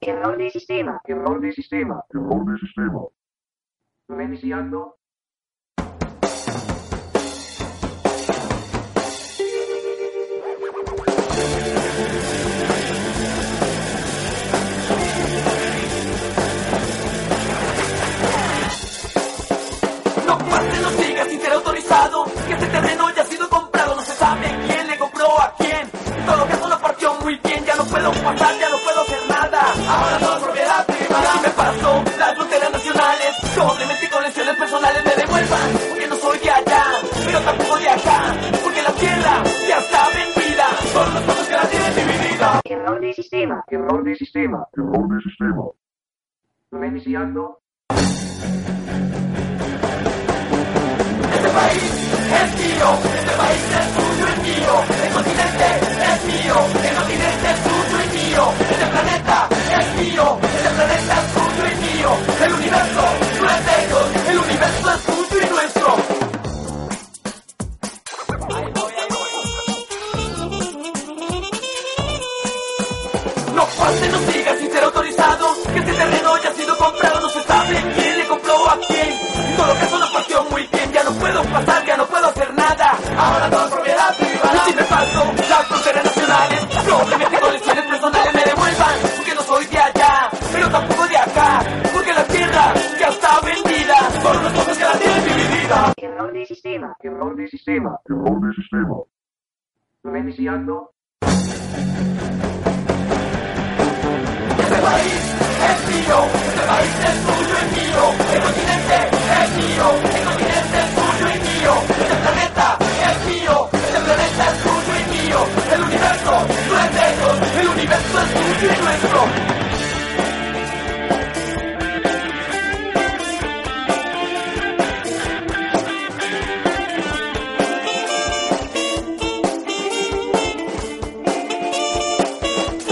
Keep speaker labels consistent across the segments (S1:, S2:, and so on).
S1: Chiamò di sistema. Chiamò di sistema. Chiamò di sistema. Revisiando.
S2: No pases, no sigas sin ser autorizado. Que este terreno ya ha sido comprado. No se sabe quién le compró a quién. En todo caso lo partió muy bien. Ya no puedo pasar, ya no puedo hacer nada. Ahora todo es propiedad privada. Y si me pasó las fronteras nacionales. Probablemente con lesiones personales me devuelvan. Porque no soy de allá, pero tampoco de acá. Porque la tierra ya está vendida. Solo los pueblos que la tienen dividida.
S1: Chiamò di sistema. Chiamò di sistema. Chiamò di sistema. Revisiando.
S2: Este país es mío, este país es suyo y mío, el continente es mío, el continente es suyo y mío, este planeta es mío, este planeta es suyo y mío, el universo no es de ellos, el universo es suyo y nuestro. No pase, no siga sin ser autorizado. Que este terreno ya ha sido comprado, no se sabe quién le compró a quién. En todo caso no partió muy bien, ya no puedo pasar, ya no puedo hacer nada. Ahora todo es propiedad privada. Y Si me paso las fronteras nacionales, probablemente con lesiones personales me devuelvan. Porque no soy de allá, pero tampoco de acá. Porque la tierra ya está vendida. Solo los hombres que la tienen dividida.
S1: Chiamò di sistema. Chiamò di sistema. Chiamò di sistema. Revisiando.
S2: Este país es mío, este país es suyo y mío, el continente es mío, el continente es suyo y mío, este planeta es mío, este planeta es suyo y mío, el universo no es de ellos, el universo es suyo y nuestro.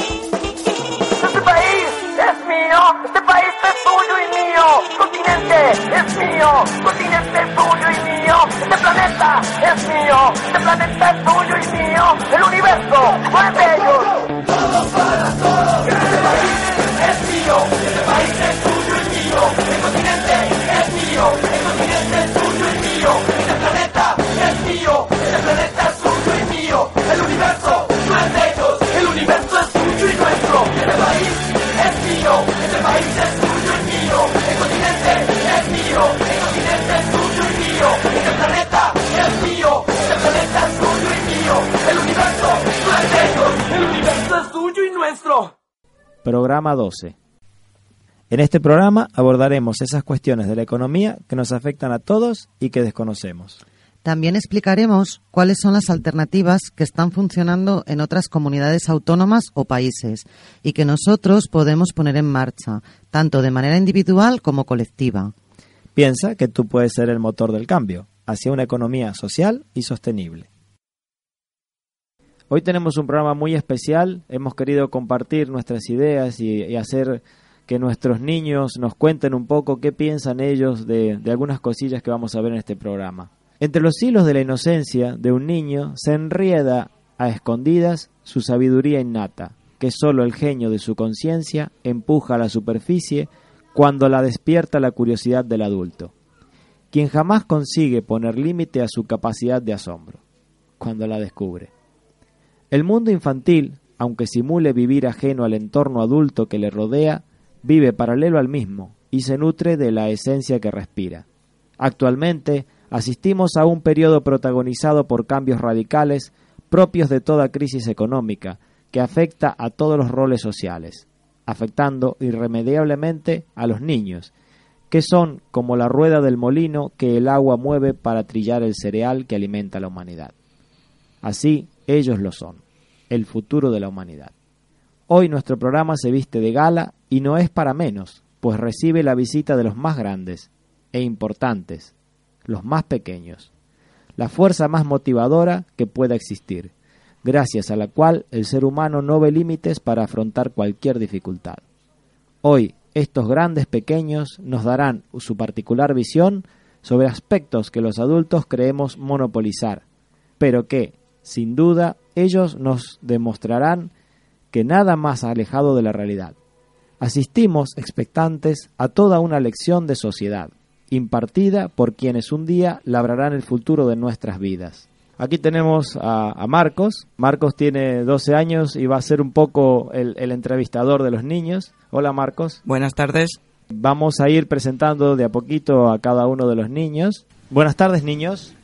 S2: Este país es mío, este país es suyo y mío, continente es mío, continente es suyo y mío, este planeta es mío, este planeta es suyo y mío, el universo no es de ellos. Todo para todos. Este país es mío, este país es suyo y mío, el continente es mío, el continente es suyo y mío, este planeta es mío, este planeta es suyo y mío, el universo no es de ellos, el universo es suyo y nuestro, este país es mío, este país es suyo y mío, el continente es mío, el continente es suyo y mío, este planeta es mío, este planeta es suyo y mío, el universo no es de ellos, el universo es suyo y nuestro.
S3: Programa 12. En este programa abordaremos esas cuestiones de la economía que nos afectan a todos y que desconocemos.
S4: También explicaremos cuáles son las alternativas que están funcionando en otras comunidades autónomas o países y que nosotros podemos poner en marcha, tanto de manera individual como colectiva.
S3: Piensa que tú puedes ser el motor del cambio hacia una economía social y sostenible. Hoy tenemos un programa muy especial. Hemos querido compartir nuestras ideas y, y hacer que nuestros niños nos cuenten un poco qué piensan ellos de, de algunas cosillas que vamos a ver en este programa. Entre los hilos de la inocencia de un niño se enrieda a escondidas su sabiduría innata, que solo el genio de su conciencia empuja a la superficie cuando la despierta la curiosidad del adulto, quien jamás consigue poner límite a su capacidad de asombro, cuando la descubre. El mundo infantil, aunque simule vivir ajeno al entorno adulto que le rodea, vive paralelo al mismo y se nutre de la esencia que respira. Actualmente asistimos a un periodo protagonizado por cambios radicales propios de toda crisis económica que afecta a todos los roles sociales, afectando irremediablemente a los niños, que son como la rueda del molino que el agua mueve para trillar el cereal que alimenta a la humanidad. Así ellos lo son, el futuro de la humanidad. Hoy nuestro programa se viste de gala Y no es para menos, pues recibe la visita de los más grandes e importantes, los más pequeños, la fuerza más motivadora que pueda existir, gracias a la cual el ser humano no ve límites para afrontar cualquier dificultad. Hoy, estos grandes pequeños nos darán su particular visión sobre aspectos que los adultos creemos monopolizar, pero que, sin duda, ellos nos demostrarán que nada más alejado de la realidad. Asistimos expectantes a toda una lección de sociedad, impartida por quienes un día labrarán el futuro de nuestras vidas. Aquí tenemos a, a Marcos. Marcos tiene 12 años y va a ser un poco el, el entrevistador de los niños. Hola Marcos.
S5: Buenas tardes.
S3: Vamos a ir presentando de a poquito a cada uno de los niños. Buenas tardes niños.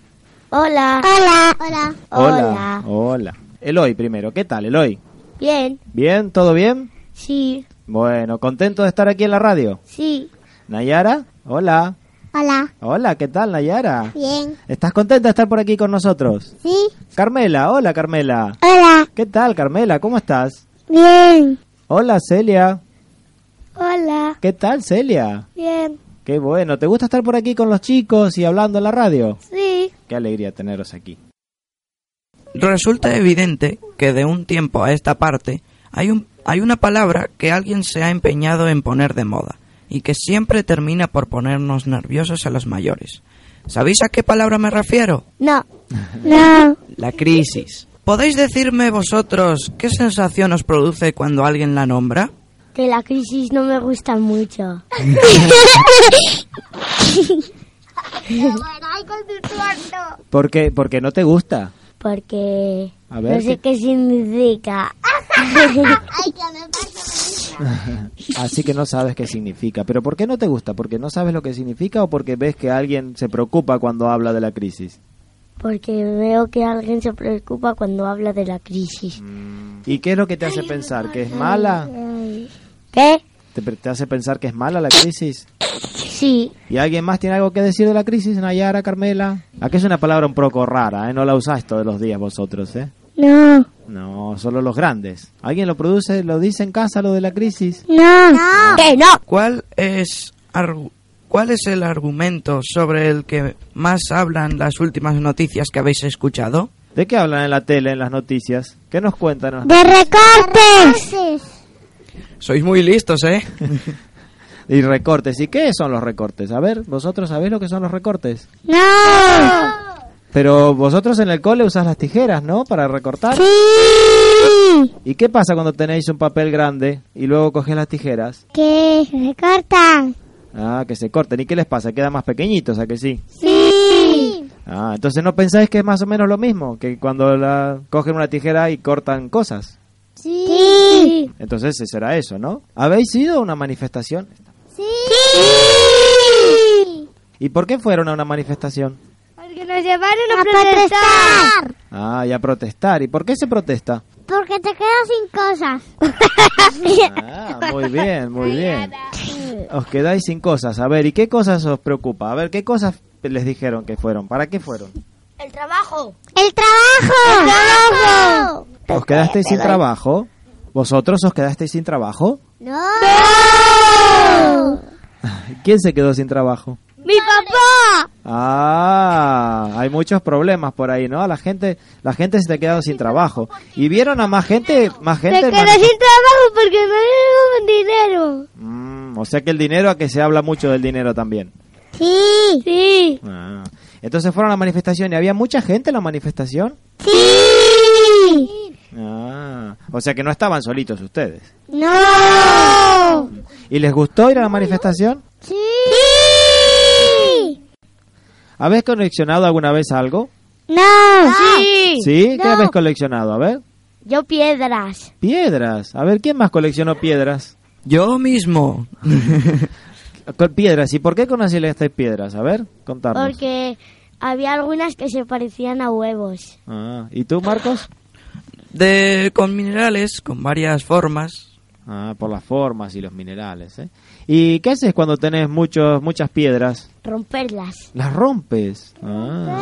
S6: Hola. Hola. Hola.
S3: Hola. Hola. Eloy primero. ¿Qué tal, Eloy?
S6: Bien.
S3: ¿Bien? ¿Todo bien?
S6: Sí.
S3: Bueno, ¿contento de estar aquí en la radio?
S6: Sí.
S3: Nayara, hola.
S6: Hola.
S3: Hola, ¿qué tal, Nayara?
S6: Bien.
S3: ¿Estás contenta de estar por aquí con nosotros?
S6: Sí.
S3: Carmela, hola, Carmela.
S6: Hola.
S3: ¿Qué tal, Carmela? ¿Cómo estás?
S6: Bien.
S3: Hola, Celia.
S6: Hola.
S3: ¿Qué tal, Celia?
S6: Bien.
S3: Qué bueno. ¿Te gusta estar por aquí con los chicos y hablando en la radio?
S6: Sí.
S3: Qué alegría teneros aquí.
S5: Resulta evidente que de un tiempo a esta parte hay, un, hay una palabra que alguien se ha empeñado en poner de moda y que siempre termina por ponernos nerviosos a los mayores. ¿Sabéis a qué palabra me refiero?
S6: No. No.
S5: La crisis. ¿Podéis decirme vosotros qué sensación os produce cuando alguien la nombra?
S6: Que la crisis no me gusta mucho.
S3: ¿Por qué? Porque no te gusta.
S6: Porque
S3: A ver,
S6: no sé qué significa.
S3: Así que no sabes qué significa. ¿Pero por qué no te gusta? ¿Porque no sabes lo que significa o porque ves que alguien se preocupa cuando habla de la crisis?
S6: Porque veo que alguien se preocupa cuando habla de la crisis.
S3: ¿Y qué es lo que te hace pensar? ¿Que es mala? Mm.
S6: ¿Qué?
S3: ¿Te, te hace pensar que es mala la crisis?
S6: Sí.
S3: ¿Y alguien más tiene algo que decir de la crisis, Nayara, Carmela? Aquí es una palabra un poco rara, ¿eh? No la usáis todos los días vosotros, ¿eh?
S6: No.
S3: No, solo los grandes. ¿Alguien lo produce, lo dice en casa lo de la crisis?
S6: No. Que no.
S5: ¿Cuál es, argu- ¿Cuál es el argumento sobre el que más hablan las últimas noticias que habéis escuchado?
S3: ¿De qué hablan en la tele, en las noticias? ¿Qué nos cuentan? en las
S6: De recortes.
S5: Sois muy listos, ¿eh?
S3: Y recortes. ¿Y qué son los recortes? A ver, vosotros sabéis lo que son los recortes.
S6: No.
S3: Pero vosotros en el cole usás las tijeras, ¿no? Para recortar.
S6: Sí.
S3: ¿Y qué pasa cuando tenéis un papel grande y luego cogés las tijeras?
S6: Que recortan.
S3: Ah, que se corten. ¿Y qué les pasa? Quedan más pequeñitos, ¿a que sí?
S6: Sí.
S3: Ah, entonces no pensáis que es más o menos lo mismo que cuando la... cogen una tijera y cortan cosas.
S6: Sí. Sí.
S3: Entonces ese será eso, ¿no? ¿Habéis ido a una manifestación? ¿Y por qué fueron a una manifestación?
S6: Porque nos llevaron a, protestar.
S3: Ah, y a protestar. ¿Y por qué se protesta?
S6: Porque te quedas sin cosas.
S3: Ah, muy bien, muy bien. Os quedáis sin cosas. A ver, ¿y qué cosas os preocupa? A ver, ¿qué cosas les dijeron que fueron? ¿Para qué fueron?
S6: El trabajo. El trabajo. El trabajo.
S3: ¿Os quedasteis sin trabajo? ¿Vosotros os quedasteis sin trabajo?
S6: No.
S3: ¿Quién se quedó sin trabajo?
S6: Mi papá.
S3: Ah, hay muchos problemas por ahí, ¿no? La gente, la gente se te ha quedado sin trabajo. ¿Y vieron a más gente, más gente?
S6: Te
S3: hermano?
S6: quedas sin trabajo porque no llevamos dinero.
S3: Mm, o sea que el dinero, a que se habla mucho del dinero también.
S6: Sí. Sí.
S3: Ah. Entonces fueron a la manifestación y había mucha gente en la manifestación.
S6: Sí.
S3: Ah, o sea que no estaban solitos ustedes.
S6: No.
S3: ¿Y les gustó ir a la manifestación?
S6: Sí. sí.
S3: ¿Habéis coleccionado alguna vez algo?
S6: No. Sí.
S3: ¿Sí? ¿Qué
S6: No.
S3: habéis coleccionado? A ver.
S6: Yo piedras.
S3: Piedras. A ver, ¿quién más coleccionó piedras?
S5: Yo mismo.
S3: Con piedras. ¿Y por qué conocían estas piedras? A ver, contarnos.
S6: Porque había algunas que se parecían a huevos.
S3: Ah, ¿Y tú, Marcos?
S5: De, con minerales, con varias formas.
S3: Ah, por las formas y los minerales. ¿eh? ¿Y qué haces cuando tenés muchos, muchas piedras?
S6: Romperlas.
S3: Las rompes. Ah.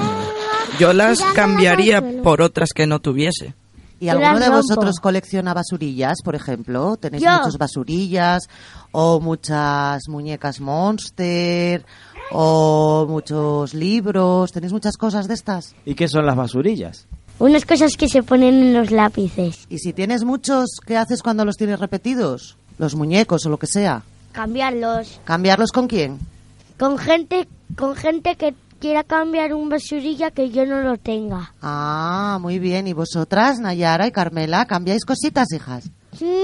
S5: Yo las
S6: Tirándolas al
S5: cambiaría
S6: suelo.
S5: por otras que no tuviese.
S4: ¿Y
S6: Yo
S4: alguno
S6: las
S4: de
S6: rompo.
S4: vosotros colecciona basurillas, por ejemplo? ¿Tenéis
S6: Yo.
S4: muchas basurillas o muchas muñecas monster o muchos libros? ¿Tenéis muchas cosas de estas?
S3: ¿Y qué son las basurillas?
S6: Unas cosas que se ponen en los lápices.
S4: Y si tienes muchos, ¿qué haces cuando los tienes repetidos? Los muñecos o lo que sea.
S6: Cambiarlos.
S4: ¿Cambiarlos con quién?
S6: Con gente, con gente que quiera cambiar un basurilla que yo no lo tenga.
S4: Ah, muy bien. ¿Y vosotras, Nayara y Carmela, cambiáis cositas, hijas?
S6: Sí.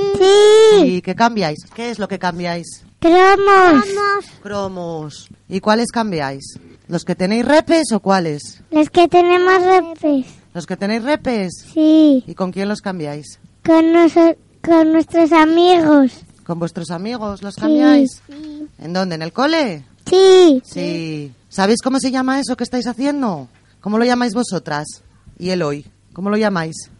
S4: ¿Y qué cambiáis? ¿Qué es lo que cambiáis?
S6: Cromos.
S4: Cromos. ¿Y cuáles cambiáis? ¿Los que tenéis repes o cuáles?
S6: Los que tenemos repes.
S4: ¿Los que tenéis repes?
S6: Sí.
S4: ¿Y con quién los cambiáis?
S6: Con, con nuestros amigos.
S4: ¿Con vuestros amigos los cambiáis?
S6: Sí.
S4: ¿En dónde? ¿En el cole?
S6: Sí.
S4: Sí. ¿Sabéis cómo se llama eso que estáis haciendo? ¿Cómo lo llamáis vosotras? ¿Y el hoy? ¿Cómo lo llamáis?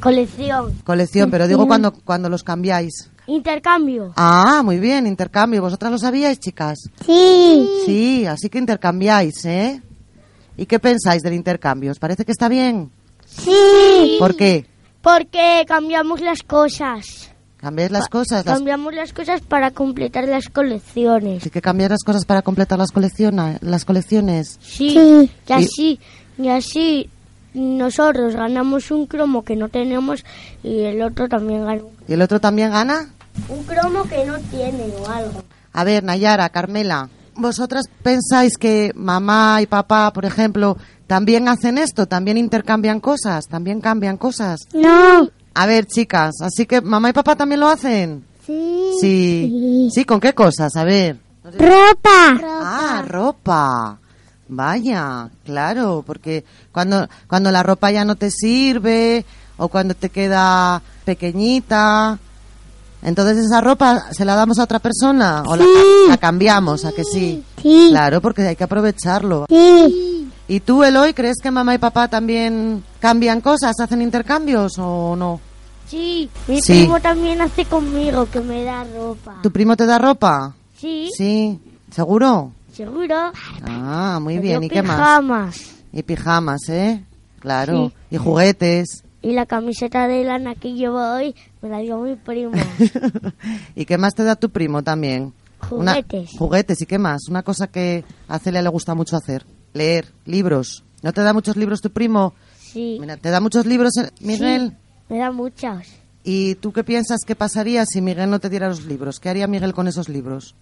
S6: Colección.
S4: Colección, pero digo cuando, cuando los cambiáis.
S6: Intercambio.
S4: Ah, muy bien, intercambio. ¿Vosotras lo sabíais, chicas?
S6: Sí.
S4: Sí, así que intercambiáis, ¿eh? ¿Y qué pensáis del intercambio? ¿Os parece que está bien?
S6: Sí.
S4: ¿Por qué?
S6: Porque cambiamos las cosas.
S4: Cambiáis las cosas. Las...
S6: Cambiamos las cosas para completar las colecciones.
S4: Hay que cambiar las cosas para completar las, colecciona- las colecciones.
S6: Sí. Y así, y así nosotros ganamos un cromo que no tenemos y el otro también gana
S4: ¿Y el otro también gana?
S6: un cromo que no tiene o algo.
S4: A ver, Nayara, Carmela, ¿vosotras pensáis que mamá y papá, por ejemplo, también hacen esto? ¿También intercambian cosas? ¿También cambian cosas?
S6: No.
S4: A ver, chicas, así que mamá y papá también lo hacen.
S6: Sí.
S4: Sí. Sí, ¿con qué cosas? A ver.
S6: Ropa.
S4: Ah, ropa. Vaya, claro, porque cuando, cuando la ropa ya no te sirve o cuando te queda pequeñita, entonces esa ropa se la damos a otra persona o la, la cambiamos, ¿a que sí?
S6: Sí.
S4: Claro, porque hay que aprovecharlo.
S6: Sí.
S4: ¿Y tú, Eloy, crees que mamá y papá también cambian cosas, hacen intercambios o no?
S6: Sí. Mi
S4: Sí.
S6: primo también hace conmigo que me da ropa.
S4: ¿Tu primo te da ropa?
S6: Sí.
S4: Sí, ¿seguro?
S6: Seguro.
S4: Ah, muy
S6: Me
S4: bien,
S6: dio
S4: ¿y qué más?
S6: pijamas.
S4: Y pijamas, ¿eh? Claro.
S6: Sí.
S4: Y juguetes.
S6: Y la camiseta de lana que llevo hoy me la dio mi primo.
S4: ¿Y qué más te da tu primo también? Una-
S6: Juguetes.
S4: juguetes, ¿y qué más? Una cosa que a Celia le gusta mucho hacer. Leer, libros. ¿No te da muchos libros tu primo?
S6: Sí.
S4: Mira, ¿te da muchos libros, eh, Miguel?
S6: Me da muchas.
S4: ¿Y tú qué piensas que pasaría si Miguel no te diera los libros? ¿Qué haría Miguel con esos libros?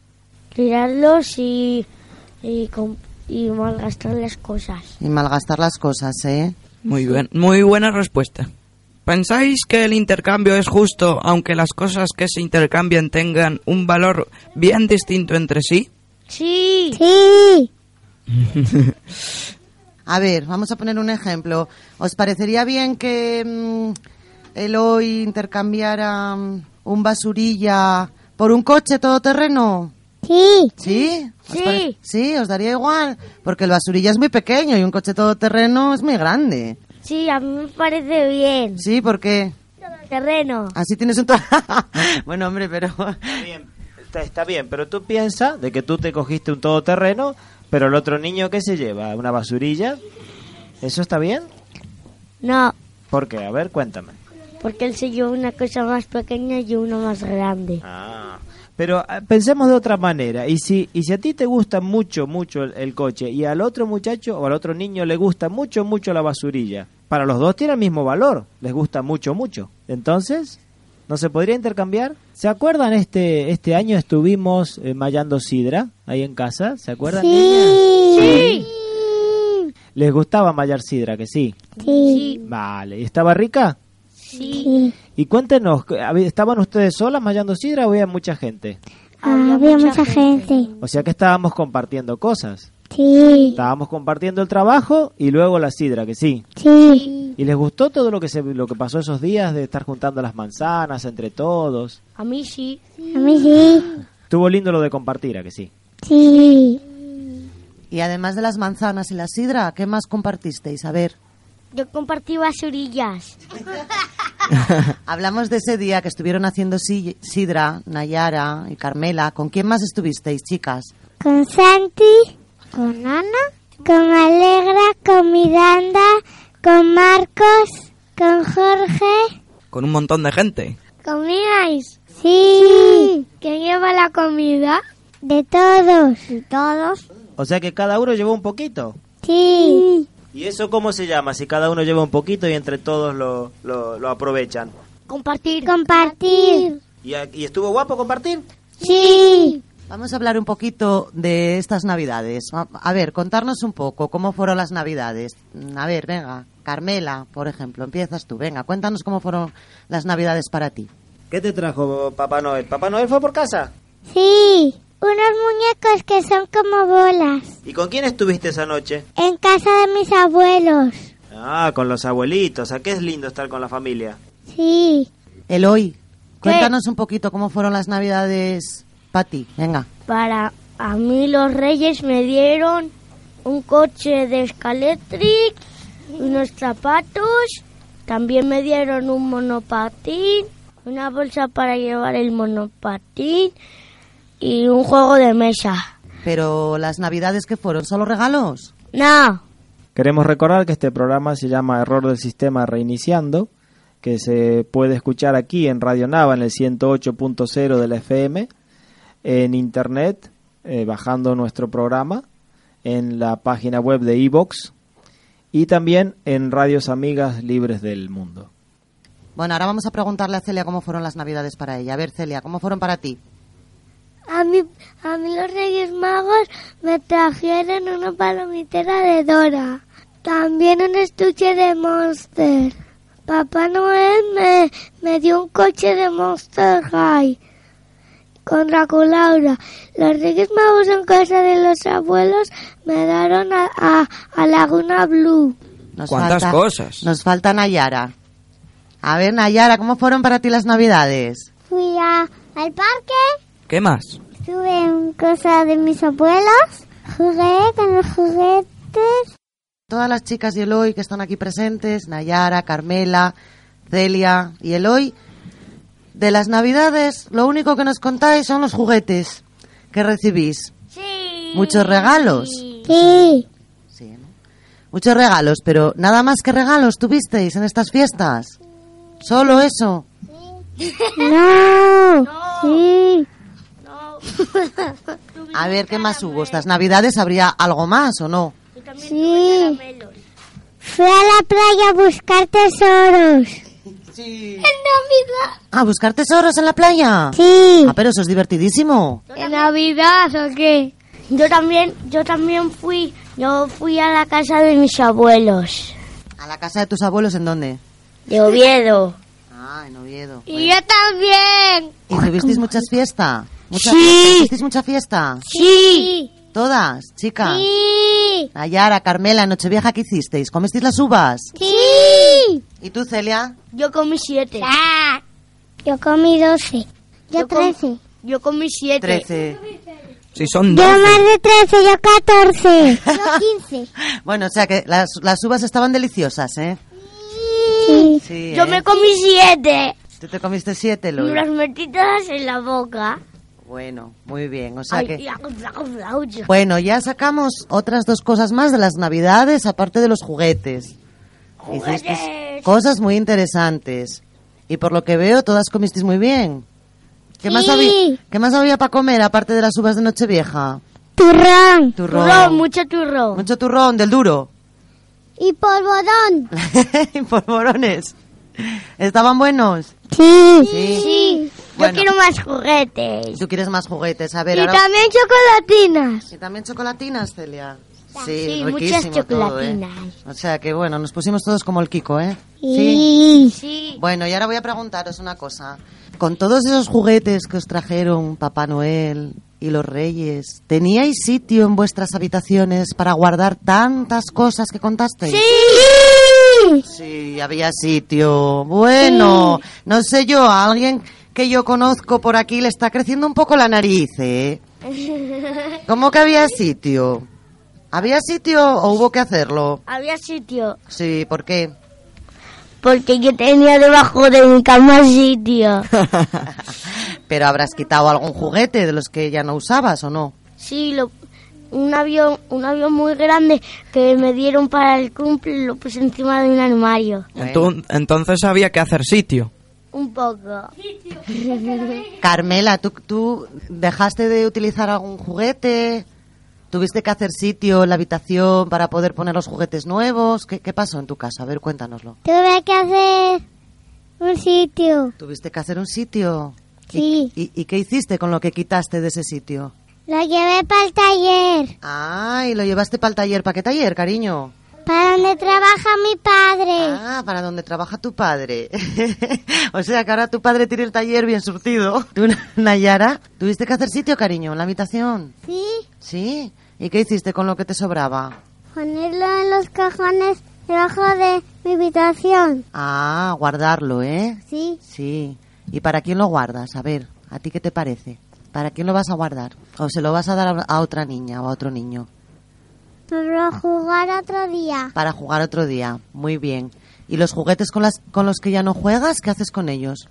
S6: Tirarlos y, y, com- y malgastar las cosas.
S4: Y malgastar las cosas, ¿eh?
S5: Muy, buen- muy buena respuesta. ¿Pensáis que el intercambio es justo aunque las cosas que se intercambian tengan un valor bien distinto entre sí?
S6: Sí. Sí.
S4: A ver, vamos a poner un ejemplo. ¿Os parecería bien que mm, Eloy intercambiara mm, un basurilla por un coche todoterreno?
S6: Sí.
S4: ¿Sí? ¿Os
S6: Sí.
S4: pare- sí, os daría igual, porque el basurilla es muy pequeño y un coche todoterreno es muy grande.
S6: Sí, a mí me parece bien.
S4: Sí, porque
S6: Terreno.
S4: así tienes un... to- bueno, hombre, pero...
S3: Está, está bien, pero tú piensas de que tú te cogiste un todoterreno, pero el otro niño, ¿qué se lleva? ¿Una basurilla? ¿Eso está bien?
S6: No,
S3: ¿Por qué? A ver, cuéntame.
S6: porque él se llevó una cosa más pequeña y una más grande.
S3: Ah, pero ah, pensemos de otra manera. Y si, y si a ti te gusta mucho, mucho el, el coche y al otro muchacho o al otro niño le gusta mucho, mucho la basurilla, para los dos tiene el mismo valor, les gusta mucho, mucho. Entonces, ¿no se podría intercambiar? ¿Se acuerdan este, este año estuvimos eh, mallando sidra ahí en casa? ¿Se acuerdan? niñas?
S6: Sí.
S3: ¿Les gustaba mallar sidra, que sí?
S6: Sí.
S3: Vale, ¿y estaba rica?
S6: Sí.
S3: Y cuéntenos, ¿estaban ustedes solas mallando sidra o había mucha gente?
S6: Había, mucha gente.
S3: O sea que estábamos compartiendo cosas.
S6: Sí.
S3: Estábamos compartiendo el trabajo y luego la sidra, que sí.
S6: Sí.
S3: ¿Y les gustó todo lo que se, lo que pasó esos días de estar juntando las manzanas entre todos?
S6: A mí sí.
S7: A mí sí.
S3: Estuvo lindo lo de compartir, a que sí.
S7: Sí.
S4: Y además de las manzanas y la sidra, ¿qué más compartisteis? A ver,
S6: Yo compartí basurillas.
S4: hablamos de ese día que estuvieron haciendo si- sidra, Nayara y Carmela. ¿Con quién más estuvisteis, chicas?
S7: Con Santi. Con Ana. Con Alegra. Con Miranda. Con Marcos. Con Jorge.
S5: con un montón de gente.
S7: ¿Comíais? Sí. ¿Quién lleva la comida? De todos. ¿De todos?
S3: O sea que cada uno llevó un poquito.
S7: Sí.
S3: ¿Y eso cómo se llama? Si cada uno lleva un poquito y entre todos lo, lo, lo aprovechan.
S6: Compartir.
S7: Compartir.
S3: ¿Y, a- ¿Y estuvo guapo compartir?
S7: Sí.
S4: Vamos a hablar un poquito de estas Navidades. A, a ver, contarnos un poco cómo fueron las Navidades. Mm, A ver, venga, Carmela, por ejemplo, empiezas tú. Venga, cuéntanos cómo fueron las Navidades para ti.
S3: ¿Qué te trajo Papá Noel? ¿Papá Noel fue por casa?
S7: Sí. Unos muñecos que son como bolas.
S3: ¿Y con quién estuviste esa noche?
S7: En casa de mis abuelos.
S3: Ah, con los abuelitos. ¿A qué es lindo estar con la familia?
S7: Sí.
S4: Eloy, cuéntanos un poquito cómo fueron las Navidades para ti. Venga.
S6: Para a mí los reyes me dieron un coche de Scaletric, unos zapatos, también me dieron un monopatín, una bolsa para llevar el monopatín y un juego de mesa.
S4: Pero las Navidades que fueron, ¿solo regalos?
S6: No,
S3: Queremos recordar que este programa se llama Error del Sistema Reiniciando, que se puede escuchar aquí en Radio Nava en el 108.0 de la FM, en internet, eh, bajando nuestro programa, en la página web de Evox y también en Radios Amigas Libres del Mundo.
S4: Bueno, ahora vamos a preguntarle a Celia cómo fueron las Navidades para ella. A ver, Celia, ¿cómo fueron para ti?
S7: A mí, a mí los Reyes Magos me trajeron una palomitera de Dora. También un estuche de Monster. Papá Noel me, me dio un coche de Monster High con Draculaura. Los Reyes Magos en casa de los abuelos me daron a, a- a Laguna Blue.
S4: Nos
S5: ¿Cuántas cosas?
S4: Nos falta Nayara. A ver, Nayara, ¿cómo fueron para ti las Navidades?
S7: Fui al parque.
S5: ¿Qué más?
S7: Estuve en casa de mis abuelos. Jugué con los juguetes.
S4: Todas las chicas y Eloy que están aquí presentes, Nayara, Carmela, Celia y Eloy, de las Navidades lo único que nos contáis son los juguetes que recibís.
S6: sí.
S4: Muchos regalos.
S7: Mm, Sí,
S4: Sí, ¿no? Muchos regalos, pero nada más que regalos tuvisteis en estas fiestas. Solo eso.
S7: no, sí,
S4: A ver, ¿qué más hubo? ¿Estas Navidades habría algo más o no?
S7: sí. Fui a la playa a buscar tesoros.
S4: Sí.
S7: En Navidad.
S4: ¿A buscar tesoros en la playa?
S7: Sí.
S4: Ah, pero eso es divertidísimo.
S7: ¿En Navidad o qué?
S6: Yo también, yo también fui, yo fui a la casa de mis abuelos,
S4: ¿A la casa de tus abuelos en dónde?
S6: de Oviedo.
S4: Ah, en Oviedo.
S7: Y yo también.
S4: ¿Y tuvisteis muchas fiestas? ¿Mucha
S6: Sí.
S4: fiesta? ¿Tuvisteis mucha fiesta?
S6: Sí,
S4: Todas, chicas.
S7: Sí,
S4: Nayara, Carmela, Nochevieja, ¿qué hicisteis? ¿Comisteis las uvas?
S7: sí.
S4: ¿Y tú, Celia?
S6: yo comí siete.
S7: Yo comí doce. Yo
S6: com-
S7: trece.
S6: Yo comí siete.
S4: Trece.
S5: Si son
S7: Yo
S5: doce.
S7: más de trece, yo catorce. Yo quince.
S4: Bueno, o sea que las, las uvas estaban deliciosas, ¿eh?
S7: Sí.
S4: Sí,
S6: Yo
S4: ¿eh?
S6: me comí siete.
S4: Tú te comiste siete,
S6: Y
S4: Lola.
S6: unas metidas en la boca.
S4: Bueno, muy bien, o sea
S6: Ay,
S4: que...
S6: y- y-
S4: Bueno, ya sacamos otras dos cosas más de las navidades, aparte de los juguetes. Hicisteis cosas muy interesantes. Y por lo que veo, todas comisteis muy bien. ¿Qué, más
S7: Sí.
S4: había, ¿Qué más había para comer, aparte de las uvas de Nochevieja?
S7: Turrón.
S4: Turrón.
S6: Turrón, mucho turrón.
S4: Mucho turrón, del duro.
S7: Y polvorón.
S4: y polvorones. ¿Estaban buenos?
S7: Sí.
S4: Sí.
S6: Yo
S4: Bueno.
S6: quiero más juguetes.
S4: ¿Tú quieres más juguetes? A ver,
S7: Y
S4: ahora...
S7: también chocolatinas.
S4: ¿Y también chocolatinas, Celia?
S6: Sí, muchas
S4: riquísimo todo, ¿eh?
S6: chocolatinas.
S4: O sea que, bueno, nos pusimos todos como el Kiko, ¿eh?
S7: Sí.
S6: Sí.
S4: Bueno, y ahora voy a preguntaros una cosa. Con todos esos juguetes que os trajeron Papá Noel y los Reyes, ¿teníais sitio en vuestras habitaciones para guardar tantas cosas que contasteis?
S7: Sí.
S4: Sí, había sitio. Bueno, no sé yo, a alguien que yo conozco por aquí le está creciendo un poco la nariz, ¿eh? ¿Cómo que había sitio? ¿Había sitio o hubo que hacerlo?
S6: Había sitio.
S4: Sí, ¿por qué?
S6: Porque yo tenía debajo de mi cama sitio.
S4: Pero habrás quitado algún juguete de los que ya no usabas o no?
S6: Sí, lo, un avión, un avión muy grande que me dieron para el cumple lo puse encima de un armario.
S5: Entu- entonces había que hacer sitio.
S6: Un poco.
S4: Carmela, ¿tú, ¿tú dejaste de utilizar algún juguete? ¿Tuviste que hacer sitio en la habitación para poder poner los juguetes nuevos? ¿Qué, qué pasó en tu casa? A ver, cuéntanoslo.
S7: Tuve que hacer un sitio.
S4: ¿Tuviste que hacer un sitio?
S7: Sí.
S4: ¿Y, y qué hiciste con lo que quitaste de ese sitio?
S7: Lo llevé para el taller,
S4: Ah, y lo llevaste para el taller. ¿Para qué taller, cariño?
S7: para donde trabaja mi padre.
S4: Ah, para donde trabaja tu padre. o sea que ahora tu padre tiene el taller bien surtido. Tú, Nayara, ¿tuviste que hacer sitio, cariño, en la habitación?
S7: Sí,
S4: Sí. ¿Y qué hiciste con lo que te sobraba?
S7: ponerlo en los cajones debajo de mi habitación.
S4: Ah, guardarlo, ¿eh?
S7: Sí,
S4: Sí. ¿Y para quién lo guardas? A ver, ¿a ti qué te parece? ¿Para quién lo vas a guardar? ¿O se lo vas a dar a- a otra niña o a otro niño?
S7: para jugar otro día.
S4: Para jugar otro día. Muy bien. ¿Y los juguetes con, las, con los que ya no juegas? ¿Qué haces con ellos?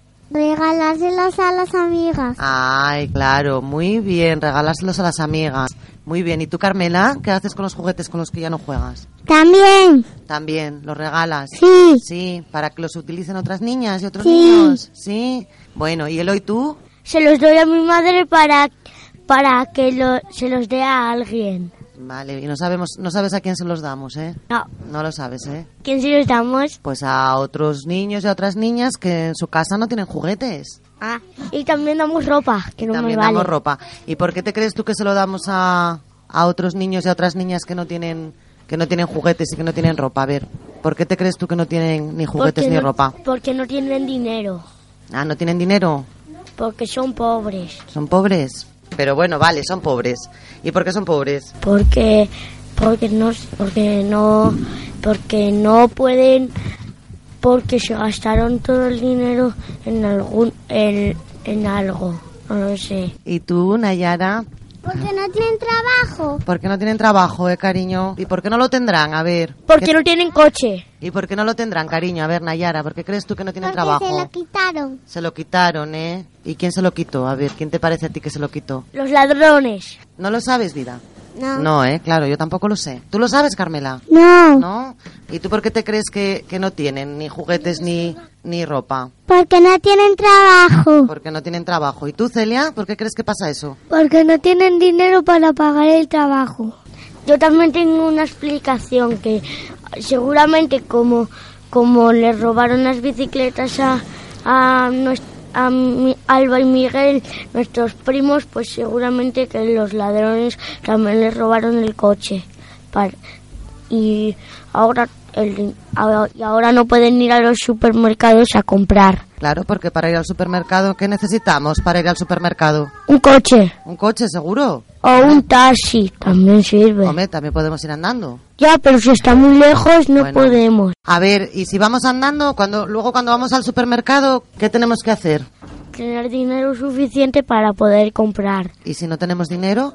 S7: Regalárselos a las amigas.
S4: Ay, claro, muy bien, regalárselos a las amigas. Muy bien, ¿y tú, Carmela, qué haces con los juguetes con los que ya no juegas?
S7: También,
S4: También, los regalas.
S7: sí,
S4: Sí, para que los utilicen otras niñas y otros
S7: Sí.
S4: niños. Sí. Bueno, ¿y Eloy tú?
S6: Se los doy a mi madre para, para que lo, se los dé a alguien.
S4: Vale, y no sabemos, no sabes a quién se los damos, ¿eh?
S6: No,
S4: No lo sabes, ¿eh?
S6: ¿quién se los damos?
S4: Pues a otros niños y a otras niñas que en su casa no tienen juguetes.
S6: Ah, y también damos ropa, que no
S4: También
S6: me vale.
S4: damos ropa. ¿Y por qué te crees tú que se lo damos a, a otros niños y a otras niñas que no tienen que no tienen juguetes y que no tienen ropa? A ver, ¿por qué te crees tú que no tienen ni juguetes
S6: Porque
S4: ni
S6: no-
S4: ropa?
S6: Porque no tienen dinero,
S4: Ah, no tienen dinero,
S6: porque son pobres,
S4: son pobres. Pero bueno, vale, son pobres. ¿Y por qué son pobres?
S6: porque porque no porque no porque no pueden porque se gastaron todo el dinero en algún en, en algo, no lo sé.
S4: ¿Y tú, Nayara?
S7: porque no tienen trabajo.
S4: ¿Por qué no tienen trabajo, eh, cariño? ¿Y por qué no lo tendrán? A ver.
S6: Porque
S4: ¿qué-
S6: no tienen coche.
S4: ¿Y por qué no lo tendrán, cariño? A ver, Nayara, ¿por qué crees tú que no tienen
S7: Porque
S4: trabajo?
S7: se lo quitaron.
S4: Se lo quitaron, ¿eh? ¿Y quién se lo quitó? A ver, ¿quién te parece a ti que se lo quitó?
S6: Los ladrones.
S4: ¿No lo sabes, Dida?
S7: No.
S4: No, eh, claro, yo tampoco lo sé. ¿Tú lo sabes, Carmela?
S7: No,
S4: ¿No? ¿Y tú por qué te crees que, que no tienen ni juguetes ni, ni ropa?
S7: porque no tienen trabajo.
S4: Porque no tienen trabajo. ¿Y tú, Celia, por qué crees que pasa eso?
S7: Porque no tienen dinero para pagar el trabajo.
S6: Yo también tengo una explicación que eh, seguramente como, como le robaron las bicicletas a, a, nues- a Mi- Alba y Miguel, nuestros primos, pues seguramente que los ladrones también les robaron el coche. Par- y ahora el- ahora- y ahora no pueden ir a los supermercados a comprar
S4: Claro, porque para ir al supermercado, ¿qué necesitamos para ir al supermercado?
S6: un coche
S4: ¿Un coche, seguro?
S6: o un taxi, también sirve.
S4: Hombre, también podemos ir andando.
S6: Ya, pero si está muy lejos no
S4: Bueno.
S6: podemos.
S4: A ver, y si vamos andando, cuando luego cuando vamos al supermercado, ¿qué tenemos que hacer?
S6: tener dinero suficiente para poder comprar.
S4: ¿Y si no tenemos dinero?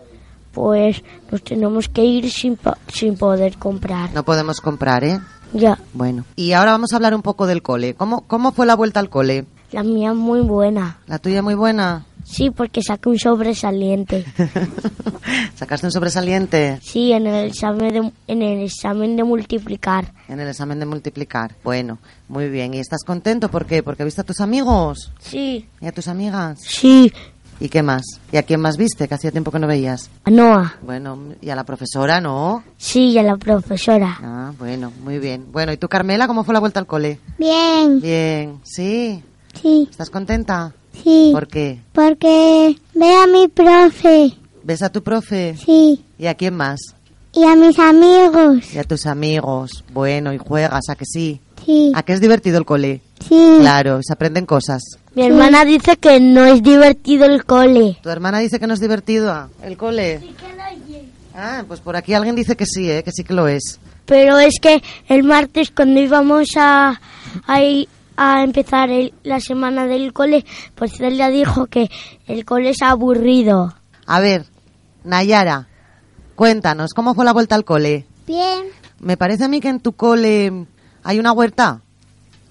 S6: Pues nos tenemos que ir sin, po- sin poder comprar.
S4: No podemos comprar, ¿eh?
S6: Ya,
S4: Bueno. Y ahora vamos a hablar un poco del cole. ¿Cómo, cómo fue la vuelta al cole?
S6: la mía es muy buena.
S4: ¿La tuya muy buena?
S6: Sí, porque saqué un sobresaliente.
S4: ¿Sacaste un sobresaliente
S6: Sí, en el examen de, en el examen de multiplicar.
S4: en el examen de multiplicar? Bueno, muy bien. ¿Y estás contento? ¿Por qué? ¿Porque viste a tus amigos
S6: Sí.
S4: y a tus amigas?
S6: Sí,
S4: ¿Y qué más? ¿Y a quién más viste que hacía tiempo que no veías?
S6: a Noah.
S4: Bueno, y a la profesora, ¿no?
S6: Sí, y a la profesora.
S4: Ah, bueno, muy bien. Bueno, ¿y tú, Carmela, cómo fue la vuelta al cole?
S7: Bien,
S4: Bien, sí.
S7: sí,
S4: ¿Estás contenta?
S7: sí.
S4: ¿Por qué?
S7: Porque ve a mi profe,
S4: ¿Ves a tu profe?
S7: sí,
S4: ¿Y a quién más?
S7: y a mis amigos,
S4: Y a tus amigos. Bueno, y juegas, ¿a que sí?
S7: sí,
S4: ¿A qué es divertido el cole?
S7: sí,
S4: Claro, se aprenden cosas.
S6: Mi hermana dice que no es divertido el cole.
S4: ¿Tu hermana dice que no es divertido ah, el cole? Sí que Ah, pues por aquí alguien dice que sí, ¿eh? que sí que lo es.
S6: Pero es que el martes cuando íbamos a, a, i- a empezar el- la semana del cole, pues Celia dijo que el cole es aburrido.
S4: A ver, Nayara, cuéntanos, ¿cómo fue la vuelta al cole?
S7: bien,
S4: Me parece a mí que en tu cole hay una huerta.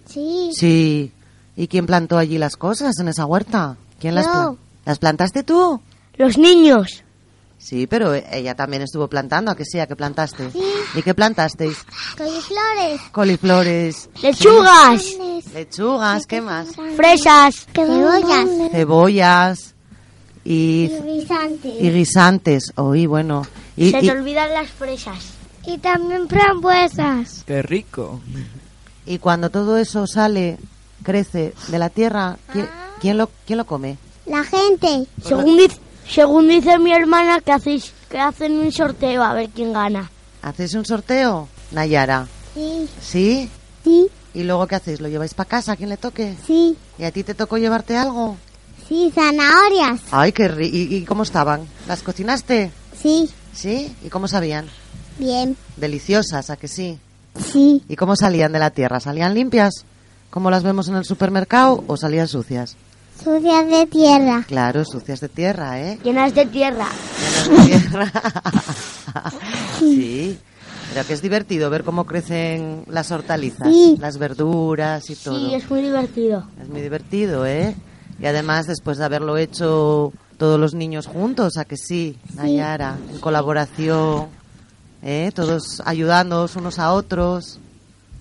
S7: sí,
S4: Sí. ¿Y quién plantó allí las cosas en esa huerta? ¿Quién las
S7: Yo.
S4: plantó? ¿Las plantaste tú?
S6: Los niños.
S4: Sí, pero ella también estuvo plantando, ¿a que sí? ¿A qué plantaste? ¿Y qué plantasteis?
S7: Coliflores.
S4: Coliflores,
S6: Lechugas,
S4: lechugas, ¿qué más?
S6: fresas,
S7: Cebollas.
S4: Cebollas y, y guisantes. Oí, bueno. Y,
S6: se
S4: y-
S6: te olvidan las fresas.
S7: Y también frambuesas.
S5: Qué rico.
S4: y cuando todo eso sale, crece de la tierra, ¿quién,
S6: Ah.
S4: quién lo, quién lo come?
S7: La gente.
S6: Según dice, según dice mi hermana que hacéis que hacen un sorteo a ver quién gana.
S4: ¿Hacéis un sorteo, Nayara?
S7: Sí.
S4: ¿Sí?
S7: Sí,
S4: ¿Y luego qué hacéis? ¿Lo lleváis para casa? ¿A quién le toque?
S7: sí.
S4: ¿Y a ti te tocó llevarte algo?
S7: Sí, zanahorias.
S4: Ay, qué rico. ¿Y, y cómo estaban? ¿Las cocinaste?
S7: Sí.
S4: ¿Sí? ¿Y cómo sabían?
S7: Bien.
S4: Deliciosas, ¿a que sí?
S7: Sí.
S4: ¿Y cómo salían de la tierra? ¿Salían limpias? ¿Como las vemos en el supermercado o salían sucias?
S7: Sucias de tierra.
S4: Claro, sucias de tierra, ¿eh?
S6: Llenas de tierra.
S4: Llenas de tierra. sí. Pero que es divertido ver cómo crecen las hortalizas,
S7: Sí.
S4: las verduras y todo.
S6: Sí, es muy divertido.
S4: Es muy divertido, ¿eh? Y además, después de haberlo hecho todos los niños juntos, ¿a que sí, Nayara? En colaboración, ¿eh? Todos ayudándonos unos a otros,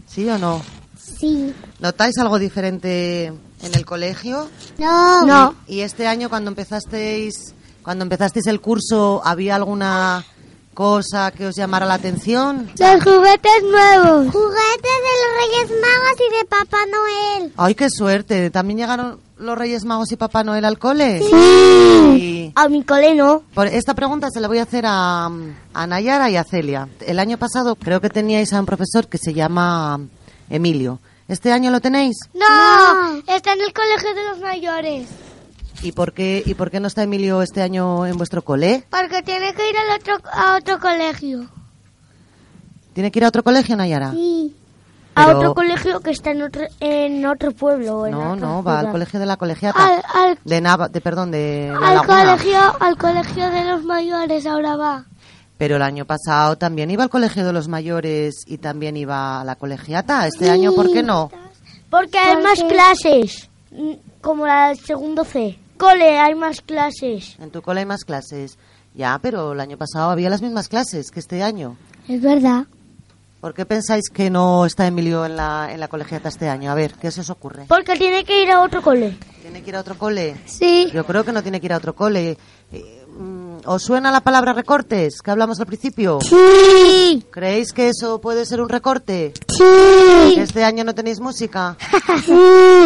S4: ¿sí o no?
S7: Sí.
S4: ¿Notáis algo diferente en el colegio?
S7: No.
S6: No.
S4: ¿Y este año cuando empezasteis, cuando empezasteis el curso, había alguna cosa que os llamara la atención?
S7: Los juguetes nuevos. Juguetes de los Reyes Magos y de Papá Noel.
S4: ¡Ay, qué suerte! ¿También llegaron los Reyes Magos y Papá Noel al cole? Sí.
S6: A mi cole no.
S4: Por esta pregunta se la voy a hacer a, a Nayara y a Celia. El año pasado creo que teníais a un profesor que se llama Emilio. ¿Este año lo tenéis?
S7: No. Está en el colegio de los mayores.
S4: ¿Y por qué, y por qué no está Emilio este año en vuestro cole?
S7: Porque tiene que ir al otro, a otro colegio.
S4: ¿Tiene que ir a otro colegio, Nayara?
S7: Sí.
S6: A
S4: Pero-
S6: otro colegio que está en otro, en otro pueblo. o en
S4: No,
S6: otra
S4: no, va al
S6: ciudad.
S4: colegio de la colegiata.
S7: Al, al,
S4: De Nava, de, perdón, de la
S7: al
S4: Laguna.
S7: colegio, al colegio de los mayores ahora va.
S4: Pero el año pasado también iba al colegio de los mayores y también iba a la colegiata. Este año, ¿por qué no?
S6: Porque hay más clases. mm, Como la del segundo C. Cole, hay más clases.
S4: En tu cole hay más clases. Ya, pero el año pasado había las mismas clases que este año.
S7: Es verdad.
S4: ¿Por qué pensáis que no está Emilio en la, en la colegiata este año? A ver, ¿qué se os ocurre?
S6: Porque tiene que ir a otro cole.
S4: ¿Tiene que ir a otro cole?
S7: Sí.
S4: Yo creo que no tiene que ir a otro cole. Eh, mm, ¿Os suena la palabra recortes que hablamos al principio?
S7: Sí.
S4: ¿Creéis que eso puede ser un recorte?
S7: Sí.
S4: ¿Que este año no tenéis música?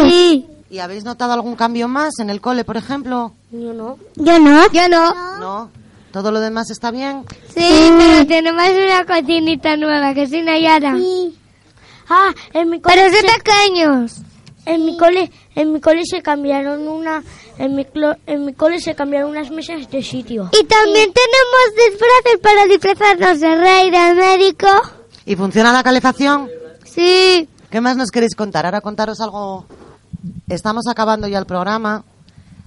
S7: Sí.
S4: ¿Y habéis notado algún cambio más en el cole, por ejemplo?
S6: Yo no.
S7: Yo no. Yo no.
S4: No. ¿Todo lo demás está bien?
S7: Sí, pero tenemos una cocinita nueva que es Nayara.
S6: Ah, en mi cole.
S7: Pero son pequeños.
S6: En mi cole, en mi cole se cambiaron una, en mi, clo- en mi cole se cambiaron unas mesas de sitio.
S7: Y también tenemos disfraces para disfrazarnos de rey, de médico.
S4: ¿Y funciona la calefacción?
S7: Sí.
S4: ¿Qué más nos queréis contar? Ahora contaros algo. Estamos acabando ya el programa.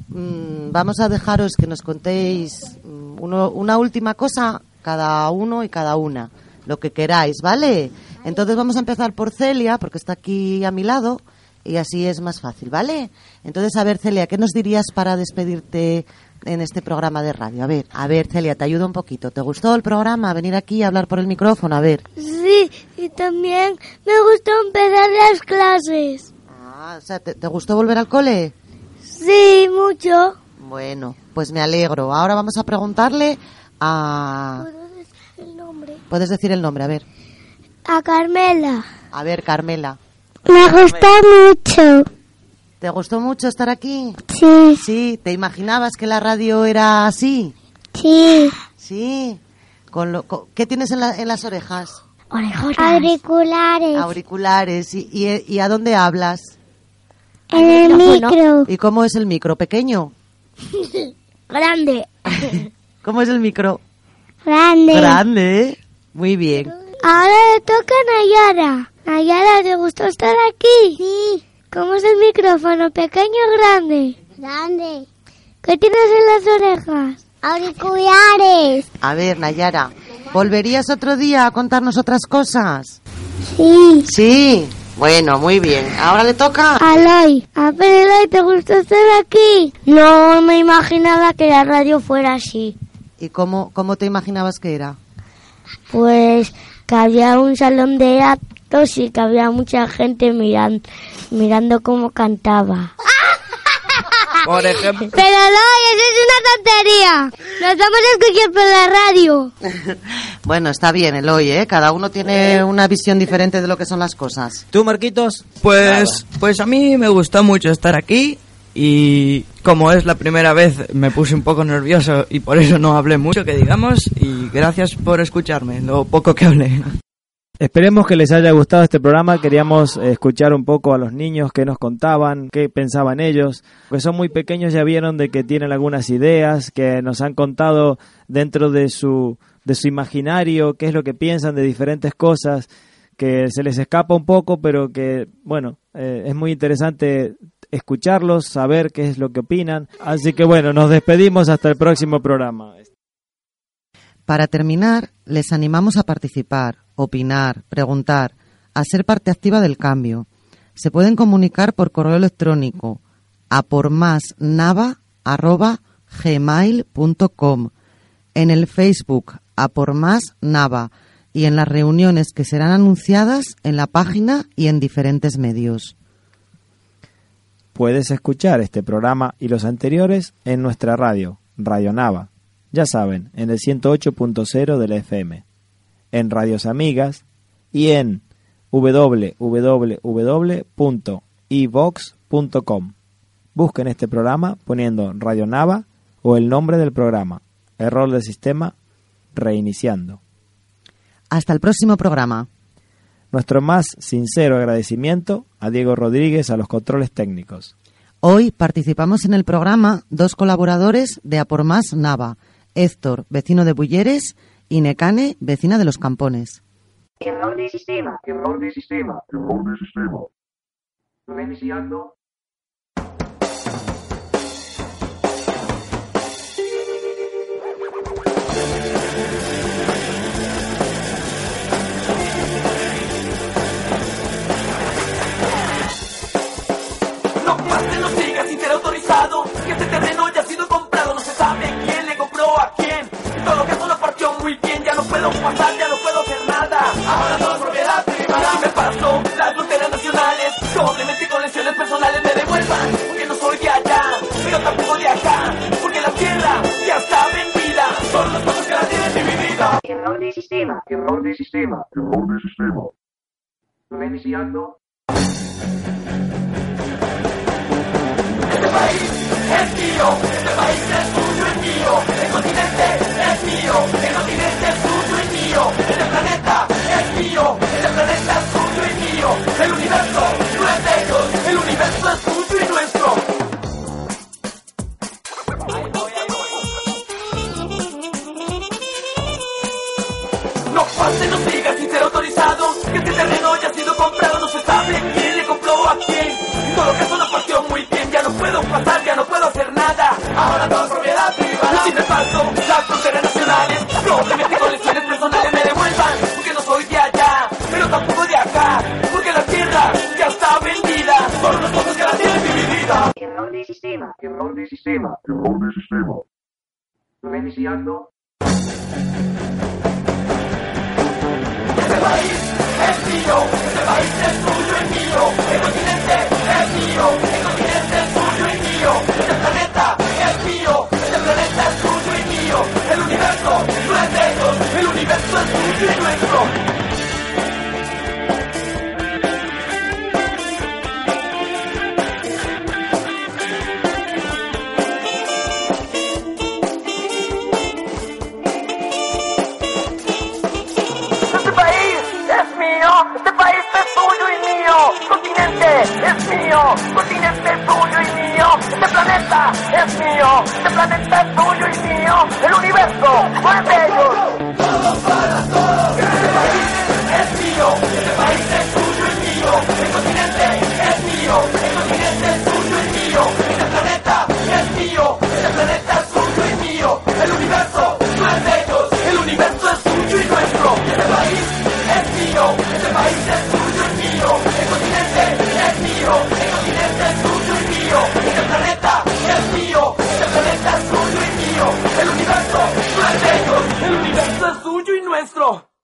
S4: Mm, vamos a dejaros que nos contéis mm, uno- una última cosa cada uno y cada una, lo que queráis, ¿vale? Entonces vamos a empezar por Celia, porque está aquí a mi lado y así es más fácil, ¿vale? Entonces, a ver, Celia, ¿qué nos dirías para despedirte en este programa de radio? A ver, a ver, Celia, te ayudo un poquito. ¿Te gustó el programa? Venir aquí a hablar por el micrófono, a ver.
S7: Sí, y también me gustó empezar las clases.
S4: Ah, o sea, ¿te- ¿te gustó volver al cole?
S7: Sí, mucho.
S4: Bueno, pues me alegro. Ahora vamos a preguntarle a...
S7: el nombre?
S4: Puedes decir el nombre, a ver.
S7: A Carmela.
S4: A ver, Carmela.
S7: Me gustó mucho.
S4: ¿Te gustó mucho estar aquí?
S7: Sí,
S4: Sí, ¿te imaginabas que la radio era así?
S7: sí.
S4: Sí. Con lo, co- ¿Qué tienes en, la- en las orejas?
S7: Auriculares.
S4: Auriculares. ¿Y, y, y a dónde hablas?
S7: En el micro.
S4: ¿Y cómo es el micro? ¿Pequeño?
S6: Grande.
S4: ¿Cómo es el micro?
S7: Grande.
S4: Grande, ¿eh? Muy bien.
S7: Ahora le toca a Nayara. Nayara, ¿te gustó estar aquí? Sí. ¿Cómo es el micrófono? ¿Pequeño o grande? Grande. ¿Qué tienes en las orejas? Auriculares.
S4: A ver, Nayara, ¿volverías otro día a contarnos otras cosas?
S7: Sí.
S4: Sí, bueno, muy bien. Ahora le toca.
S7: Aloy. A ver, Eloy, ¿te gustó estar aquí?
S6: No me imaginaba que la radio fuera así.
S4: ¿Y cómo, cómo te imaginabas que era?
S6: Pues que había un salón de actos y que había mucha gente miran- mirando cómo cantaba.
S5: Por ejemplo,
S7: Pero no, eso es una tontería. Nos vamos a escuchar por la radio.
S4: Bueno, está bien, Eloy, ¿eh? Cada uno tiene una visión diferente de lo que son las cosas.
S3: ¿Tú, Marquitos?
S5: pues, pues a mí me gustó mucho estar aquí y como es la primera vez me puse un poco nervioso y por eso no hablé mucho, que digamos, y gracias por escucharme, lo poco que hablé.
S3: Esperemos que les haya gustado este programa. Queríamos eh, escuchar un poco a los niños que nos contaban, qué pensaban ellos. Porque son muy pequeños, ya vieron de que tienen algunas ideas, que nos han contado dentro de su, de su imaginario, qué es lo que piensan de diferentes cosas, que se les escapa un poco, pero que, bueno, eh, es muy interesante escucharlos, saber qué es lo que opinan. Así que bueno, nos despedimos hasta el próximo programa.
S4: Para terminar, les animamos a participar, opinar, preguntar, a ser parte activa del cambio. Se pueden comunicar por correo electrónico a pormásnava.gmail.com, en el Facebook a por más nava y en las reuniones que serán anunciadas en la página y en diferentes medios.
S3: Puedes escuchar este programa y los anteriores en nuestra radio, Radio Nava. Ya saben, en el 108.0 de la FM, en Radios Amigas y en www.ivox.com. Busquen este programa poniendo Radio Nava o el nombre del programa, Error del Sistema, Reiniciando.
S4: Hasta el próximo programa.
S3: Nuestro más sincero agradecimiento a Diego Rodríguez a los controles técnicos.
S4: Hoy participamos en el programa dos colaboradores de Apormás Nava, Héctor, vecino de Bulleres, y Necane, vecina de Los Campones.
S8: Quebrón de sistema. Quebrón de sistema. Quebrón de sistema. Reiniciando.
S2: No pases, no sigas sin ser autorizado. Que este terreno ya ha sido comprado. No se sabe quién le compró a quién. En todo caso lo partió muy bien. Ya no puedo pasar, ya no puedo hacer nada. Ahora todo es propiedad privada. Si me paso las fronteras nacionales. Simplemente con lesiones personales me devuelvan. Porque no soy de allá, pero tampoco de acá. Porque la tierra ya está vendida. Son los pasos que la tienen dividida.
S8: Quebrón de sistema. Quebrón de sistema. Quebrón de sistema. Reiniciando.
S2: Este país es mío, este país es suyo y mío, el continente es mío, el continente es suyo y mío, este planeta es mío, este planeta es suyo y mío, el universo no es de ellos, el universo es suyo y nuestro. No pase, no sigas sin ser autorizado. Que este terreno ya ha sido comprado, no se sabe quién le compró a quién. En todo caso no partió muy bien, ya no puedo pasar, ya no puedo hacer nada. Ahora todo es propiedad privada. Si me paso las fronteras nacionales, probablemente con lesiones personales me devuelvan. Porque no soy de allá, pero tampoco de acá. Porque la tierra ya está vendida. Por los pocos que la tienen dividida.
S8: Quebrón de sistema. Quebrón de sistema. Quebrón de sistema. Reiniciando.
S2: Este país es mío, este país es suyo y mío, el continente es mío, el continente es suyo y mío, este planeta es mío, este planeta es suyo y mío, el universo no es de ellos, el universo es suyo y nuestro.
S1: Este país es mío, este país es tuyo y mío, continente es mío, continente es tuyo y mío, este planeta es mío, este planeta es tuyo y mío, el universo no es de ellos.
S2: es mío, este país es suyo y mío, el continente es mío, el continente es suyo y mío, este planeta es mío, este planeta es suyo y mío, el universo no es de ellos, el universo es suyo y nuestro, este país es mío, este país es suyo y mío, el continente es mío, el continente es suyo y mío, este planeta es mío, este planeta es suyo y mío, el universo no es de nuestro.